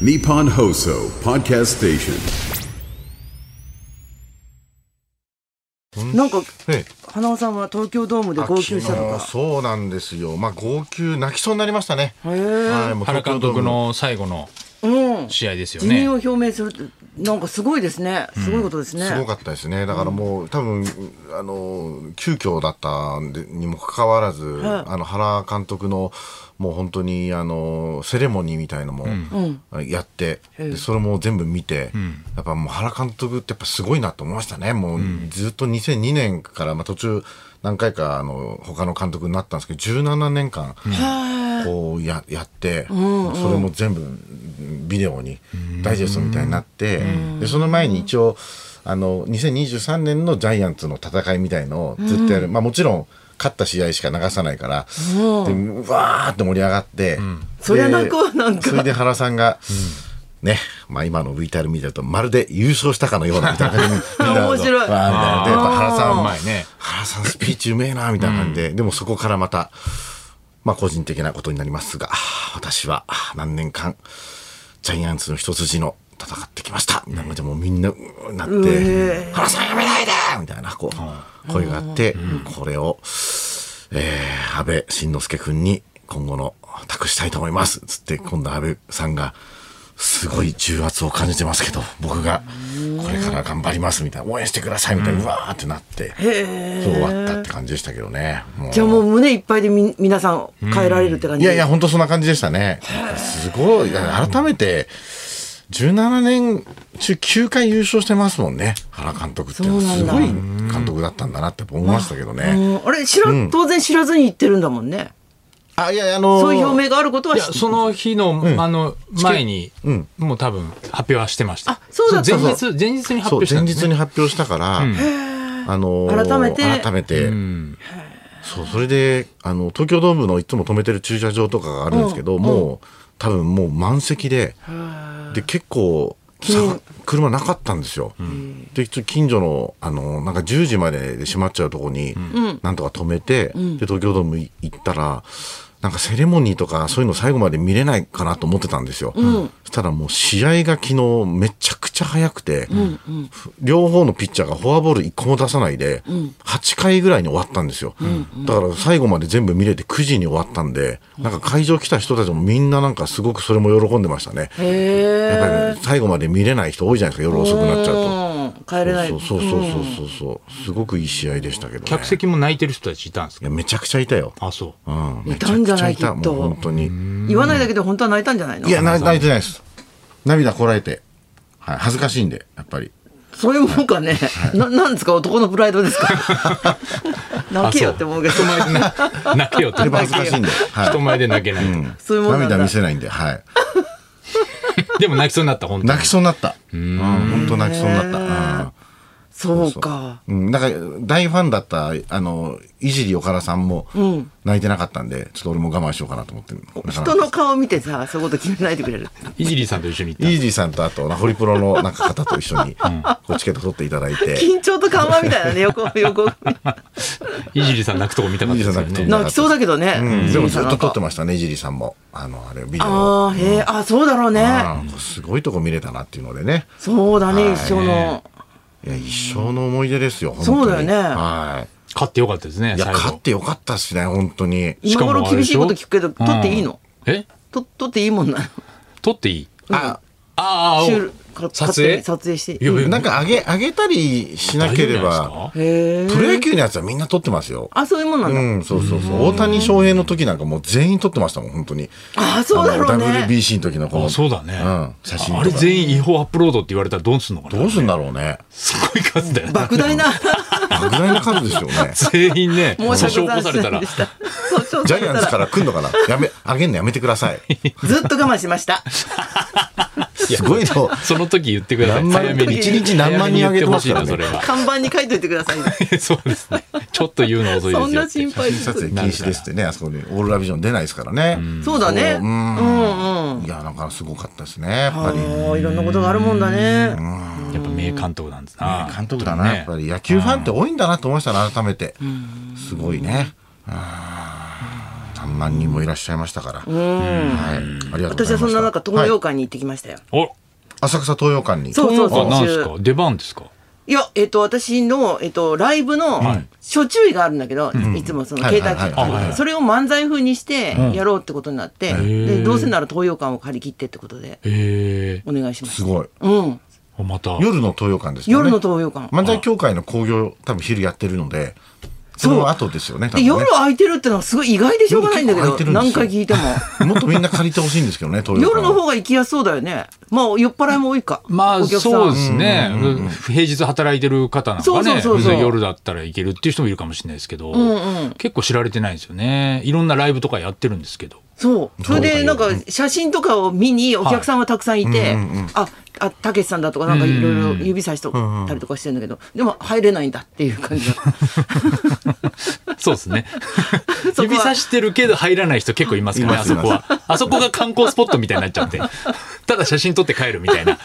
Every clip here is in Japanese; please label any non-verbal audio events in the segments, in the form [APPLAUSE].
Nippon Hoso Podcast Station. なんか、ええ花尾さんは東京ドームで号泣したとあか昨日。そうなんですよ、まあ、号泣、泣きそうになりましたね、へえはい、もう原東京監ドーム督の最後のうん。試合ですよ辞ね任を。表明するって、なんかすごいですね。すごいことですね。すごかったですね、だからもう、多分あの急遽だったんでにもかかわらず、あの原監督のもう本当にあのセレモニーみたいのもやって、でそれも全部見て、やっぱもう原監督ってやっぱすごいなと思いましたね、もうずっと2002年から、まあ、途中、何回かあの他の監督になったんですけど、17年間。こうややって、それも全部ビデオにダイジェストみたいになって、でその前に一応あの2023年のジャイアンツの戦いみたいのをずっとやる、まあ、もちろん勝った試合しか流さないから、でうわーって盛り上がって、そりゃ泣くわなんかそれで原さんが、ねまあ、今の VTR 見てるとまるで優勝したかのようなみたいな感じでみんなが [LAUGHS] 面白いわーみたなでやっぱ原さんうまいね原さんスピーチうめえなみたいな感じで、でもそこからまた、まあ、個人的なことになりますが私は何年間ジャイアンツの一筋の戦ってきましたみたいな感じでもうみんなうーなって、原さんやめないでみたいなこう声があって、これを、えー、安倍晋之助君に今後の託したいと思いますつって今度安倍さんがすごい重圧を感じてますけど僕がこれから頑張りますみたいな応援してくださいみたいな、うわーってなってそう終わったって感じでしたけどね。もうじゃあもう胸いっぱいでみ皆さん変えられるって感じ。いやいや、本当そんな感じでしたね。すごい。改めて、17年中9回優勝してますもんね。原監督っていうのはそうすなごいん監督だったんだなってやっぱ思いましたけどうね。ん。あれ知ら、当然知らずに言ってるんだもんね。あ、いやいや、あのー、そういう表明があることはい知や、その日の、あの、前に、もう多分、発表はしてました。あそうだった前日、前日に発そう表した前んです、日ね。に発表したから、あのー改めて改めてそうそれであの東京ドームのいつも止めてる駐車場とかがあるんですけど、もう多分もう満席で、で結構さ車なかったんですよ、でちょ近所のあのなんか10時までで閉まっちゃうとこに、なんとか止めて、で東京ドーム行ったらなんかセレモニーとかそういうの最後まで見れないかなと思ってたんですよ、そしたらもう試合が昨日めちゃくちゃ早くて、両方のピッチャーがフォアボール1個も出さないで、8回ぐらいに終わったんですよ、だから最後まで全部見れて9時に終わったんでなんか会場来た人たちもみんななんかすごくそれも喜んでましたね、へえ。やっぱり最後まで見れない人多いじゃないですか夜遅くなっちゃうと。うん帰れない。そうそうそうそうそうそうすごくいい試合でしたけど、ね、客席も泣いてる人たちいたんですいかやめちゃくちゃいたよ、あ、そうん、めいちたゃんじくゃちなゃいいたきっもとう本当に言わないだけで本当は泣いたんじゃないのいやな泣いてないです涙こらえて、はい、恥ずかしいんでやっぱりそういうもんかね。な、なんですか男のプライドです [LAUGHS] かう。あ泣けよって思うけど。人前でな泣けよってやっぱ恥ずかしいんで、は人前で泣けないと、い、そういうもんなんだ涙見せないんではいでも泣きそうになった、本当に。泣きそうに [LAUGHS] なったうん本当泣きそうになった、うんそうそうか。うん、だから大ファンだったあのいじり岡田さんも泣いてなかったんで、ちょっと俺も我慢しようかなと思ってる人の顔見てさ、そういうこと決めないでくれる。イジリーさんと一緒に行っイージーさんとあとホリプロのなんか方と一緒にこうチケット取っていただいて、緊張と緩和みたいなね、横、横。た。イジリーさん泣くとこ見たかったですよイジリーさん泣くとねこ。泣きそうだけどね。うん、でもずっと撮ってまましたねいじりさんもあのあれビデオああ、へえ、あ、そうだろうね。うんすごいとこ見れたなっていうのでねそうだはね、い一生の。いや一生の思い出ですよ本当にそうだよねは勝ってよかったですね、いいや最勝っ後。てよかったですね本当に今頃しかもあれ厳でししいょこと聞くけど、取っていいのえと取っていいもんなの。撮っていいあああ、シュールか撮勝手影に撮影して。いやいやなんかあげあげたりしなければ大丈夫じゃないですかへえ。プロ野球のやつはみんな撮ってますよあ、そういうもんなんうだ。ん、そうそうそう。大谷翔平の時なんかもう全員撮ってましたもん、本当に。あ、そうだろうあのね。 WBC の時のこの。あそうだね、うん、写真とかあれ全員違法アップロードって言われたらどうすんのかなどうすんだろうね。すごい数だよね。莫大な。莫大な数ですよね全員ね申し訴訟訳ご起こざさいませれたんらでした。そう、ちょっと [LAUGHS] ジャイアンツから来んのかなやめ、あげんのやめてください。ずっと我慢しました。すごいの。その時言ってください何万早めに一日何万人早めに言ってほしい上なげそてれは看板に書いといてくださいね。 [LAUGHS] そうですねちょっと言うの遅いですよそんな心配撮影禁止ですってね、あそこにオーロラビジョン出ないですからね。そうだね。ううんんうん。いや、なんかすごかったですね、やっぱり。ああ、いろんなことがあるもんだね。やっぱ名監督なんですな監督だな、やっぱり野球ファンって多いんだなと思いましたね、改めて。すごいね。あー何人もいらっしゃいましたから。はい。ありがとうございま私す。はそんな中、東洋はい館に行ってきましたよ。お浅草東洋館に。そうそうあそう。なんですか出番ですかいや、えっと、私の、えっと、ライブの、初注意があるんだけど、いつもそのはい携帯はいはいはい中、それを漫才風にして、やろうってことになって、でどうせなら東洋館を借り切ってってことで、ええお願いしますす。ごい。うん。ー、また夜の東洋館ですよ夜ね。の東洋館。漫才協会の興行、多分昼やってるので、その後ですよね、多で、分夜ね。空いてるってのはすごい意外でしょうがないんだけ夜結ど、構空何いてるん回ですよ聞いても。もっとみんな借りてほしいんです [LAUGHS] けどね、東洋館夜は。の方が行きやすそうだよね。まあ、酔っ払いも多いか。まあお客さんそうですね、平日働いてる方なんかねそうそうそうそう別に夜だったらいけるっていう人もいるかもしれないですけど、結構知られてないんですよねいろんなライブとかやってるんですけどそう。それで、なんか、写真とかを見に、お客さんはたくさんいて、あ、あ、たけしさんだとか、なんかいろいろ指さしとったりとかしてるんだけど、でも入れないんだっていう感じだった。そうですね [LAUGHS] そこは指さしてるけど入らない人結構いますからいねまあすそこはあそこが観光スポットみたいになっ [LAUGHS] ちゃってただ写真撮って帰るみたいな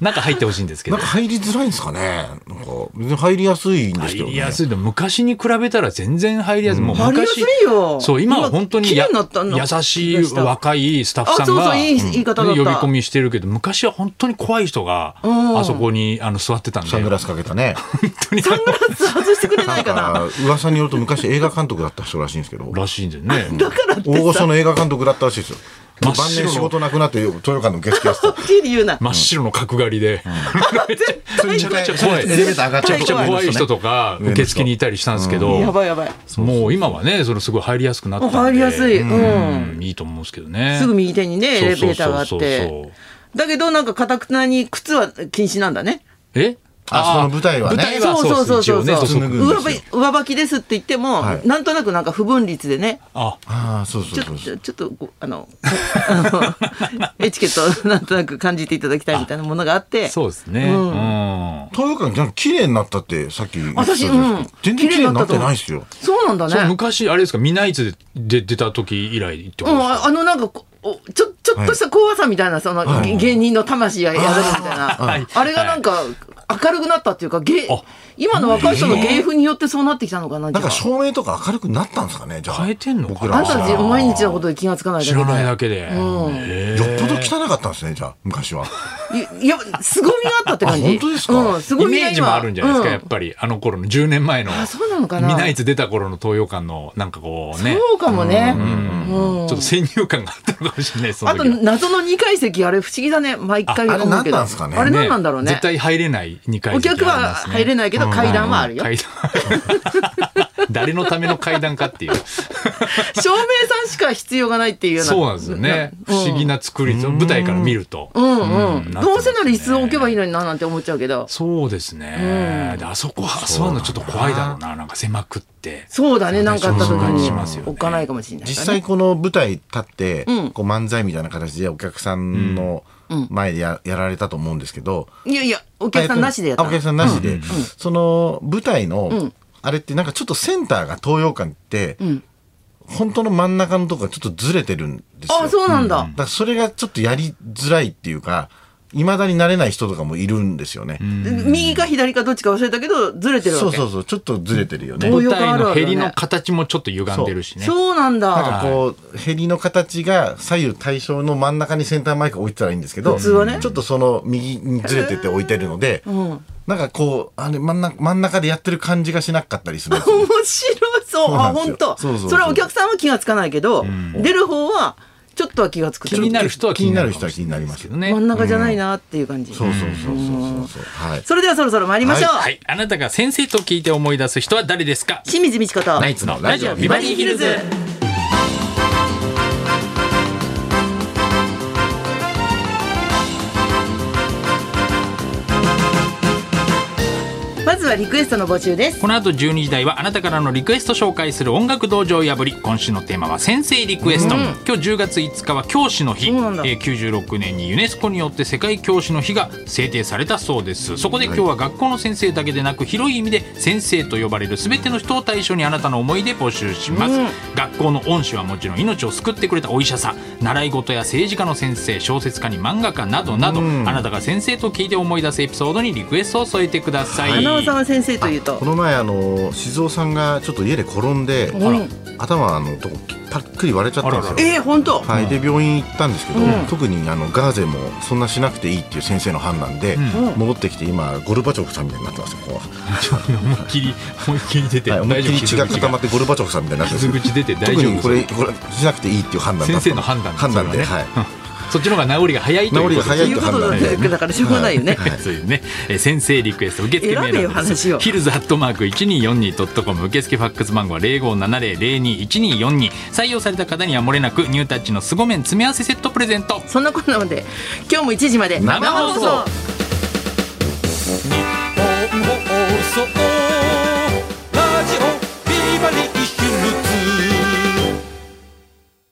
中入ってほしいんですけなどんか入りづらいんですかね。なんか、別に入りやすいんですけ入どね。りやすいの昔に比べたら全然入りやすい、もう昔入りやすいよそう今は本当にや今綺麗になったの優しい若いスタッフさんがあそうそういい言い方だったね呼び込みしてるけど昔は本当に怖い人がんあそこにあの座ってたんでサングラスかけたね。 [LAUGHS] サングラス外してくれ [LAUGHS] ないかな。あ噂によると昔映画監督だった人らしいんです [LAUGHS] けど。らしいんですね大御所の映画監督だったらしいですよ。真っ晩白の年仕事なくなって、豊川の受付やってた。はっきり言うな。真っ白の角刈りで、め [LAUGHS] ちゃくちゃ怖いエレベーター上がっちゃうめちゃくちゃ怖い人とか上の人受付にいたりしたんですけど、やばいやばい。もう今はねそれすごい入りやすくなったんで入りやすいうんいいと思うんですけどねすぐ右手にね、エレベーターがあっそうそうそうてそう。だけど、なんか、かたくなに靴は禁止なんだね。えあそこの舞台はね舞台はそうです一応ね。そうそうそう脱ぐん上です履上履きですって言っても、はいなんとなくなんか不分率でね、あ、ああ、そうそちうょそうちそう。ょちょっとごあの [LAUGHS] あのエチケットをなんとなく感じていただきたいみたいなものがあってそうですね。うん。東洋館、なんか綺麗になったって、さっき言ってたじ私、ゃうないんですか。全然綺麗になってないですよ。そうなんだそれね昔あれですか、ミナイツで出た時以来っうてことんですあか。あのなんかこおちょちょっとした怖さみたいなその、はい芸人の魂が宿るみたいなあ,、はいれがなんか明るくなったっていうか芸あ今の若い人の芸風によってそうなってきたのかなじなゃんあか照明とか明るくなったんですかね、じゃあ。変えてんのか僕あらなはんたたち毎日のことで気がつかないだ知けでらないだけで。へよっぽど汚かったんですね、じゃあ、昔は。いいや凄みがあったって感じあ本当ですかうん、凄イみが今メージもあるんじゃないですか、うんやっぱりあの頃の10年前のあそうなのかなミナイツ出た頃の東洋館のなんかこうねそうかもね。ちょっと先入観があったのかもしれないですそのあと時は謎の2階席あれ不思議だね毎回ああれ思うけど何なんすかねあれ何なんだろうね絶対入れない2階お客は入れいないけど階段はあるよ、階段 [LAUGHS] 誰のための階段かっていう照明さんしか必要がないっていうようなそうなんですよね。不思議な作りと、舞台から見ると。うんうんんどうせなら椅子を置けばいいなのってますね。にななんて思っちゃうけどそうですね。であそこは座るのちょっと怖いだろうな。なんか狭くって。そうだね何かあった時そうにしますよね置かないかもしれない実からね際この舞台立って、うんこう漫才みたいな形でお客さんの前でや,、やられたと思うんですけど、いやいやお客さんなしでやったあのお客さんなしで、その舞台の、あれってなんかちょっとセンターが東洋館って、本当の真ん中のとこがちょっとずれてるんですよ。あそうなんだ、だからそれがちょっとやりづらいっていうか、いまだに慣れない人とかもいるんですよね。右か左かどっちか忘れたけどずれてるわけそうそうそう、ちょっとずれてるよね。東舞洋館あ台るのあるヘだねリの形もちょっと歪んでるしね。そうなんなんだかこう、ヘリの形が左右対称の真ん中にセンターマイクを置いてたらいいんですけど、普通はねちょっとその右にずれてて置いてるので、なんかこう、あれ真ん中、真ん中でやってる感じがしなかったりするんですよ面白そうそうあなんですよ本当そうそうそうそれはお客さんは気がつかないけど、出る方はちょっとは気がつくけ気どになる人は気になる人かもはし気になりますれけなどね。いで真すけどんね。中じゃないなっていう感じ、そうそうそうそうそうそう。はい。それではそろそろ参りましょう、はい。あなたが先生と聞いて思い出す人は誰ですか清水美智子とナイツのラジオビビババリリーーヒヒルルズズ。まずはリクエストの募集ですこの後12時台はあなたからのリクエスト紹介する音楽道場を破り今週のテーマは先生リクエスト、今日10月5日は教師の日、えそうなんだー96年にユネスコによって世界教師の日が制定されたそうですそこで今日は学校の先生だけでなく広い意味で先生と呼ばれる全ての人を対象にあなたの思い出募集します、学校の恩師はもちろん命を救ってくれたお医者さん習い事や政治家の先生小説家に漫画家などなど、あなたが先生と聞いて思い出すエピソードにリクエストを添えてください、花尾さんは先生というとこの前あの静雄さんがちょっと家で転んで、ん頭のとこパックリ割れちゃったんですよあららえー、本当。はい、で病院行ったんですけど、特にあのガーゼもそんなしなくていいっていう先生の判断で、戻ってきて今ゴルバチョフさんみたいになってますよこ思いっきり思いっきり出う、てはい、大思いっ丈き夫り傷血が口固まがってゴルバチョフさんみたいになってるん傷です口よ出て大特丈夫にこれこれしなくていいっていう判断だ先った生の判断判断で、それははいね、そっちの方が [LAUGHS] 治りが早いという治りこがとで早といいうとこ判と断なんで、でだからしょうがないよね。そういうね、えー先生リクエスト受付メールアドレス選べよ話をヒルズアットマーク 1242.com 受付ファックス番号は0570021242採用された方にはもれなくニュータッチの凄麺詰め合わせセットプレゼントそんなことなので今日も1時まで生放放送送ラジオビバリーヒルズ」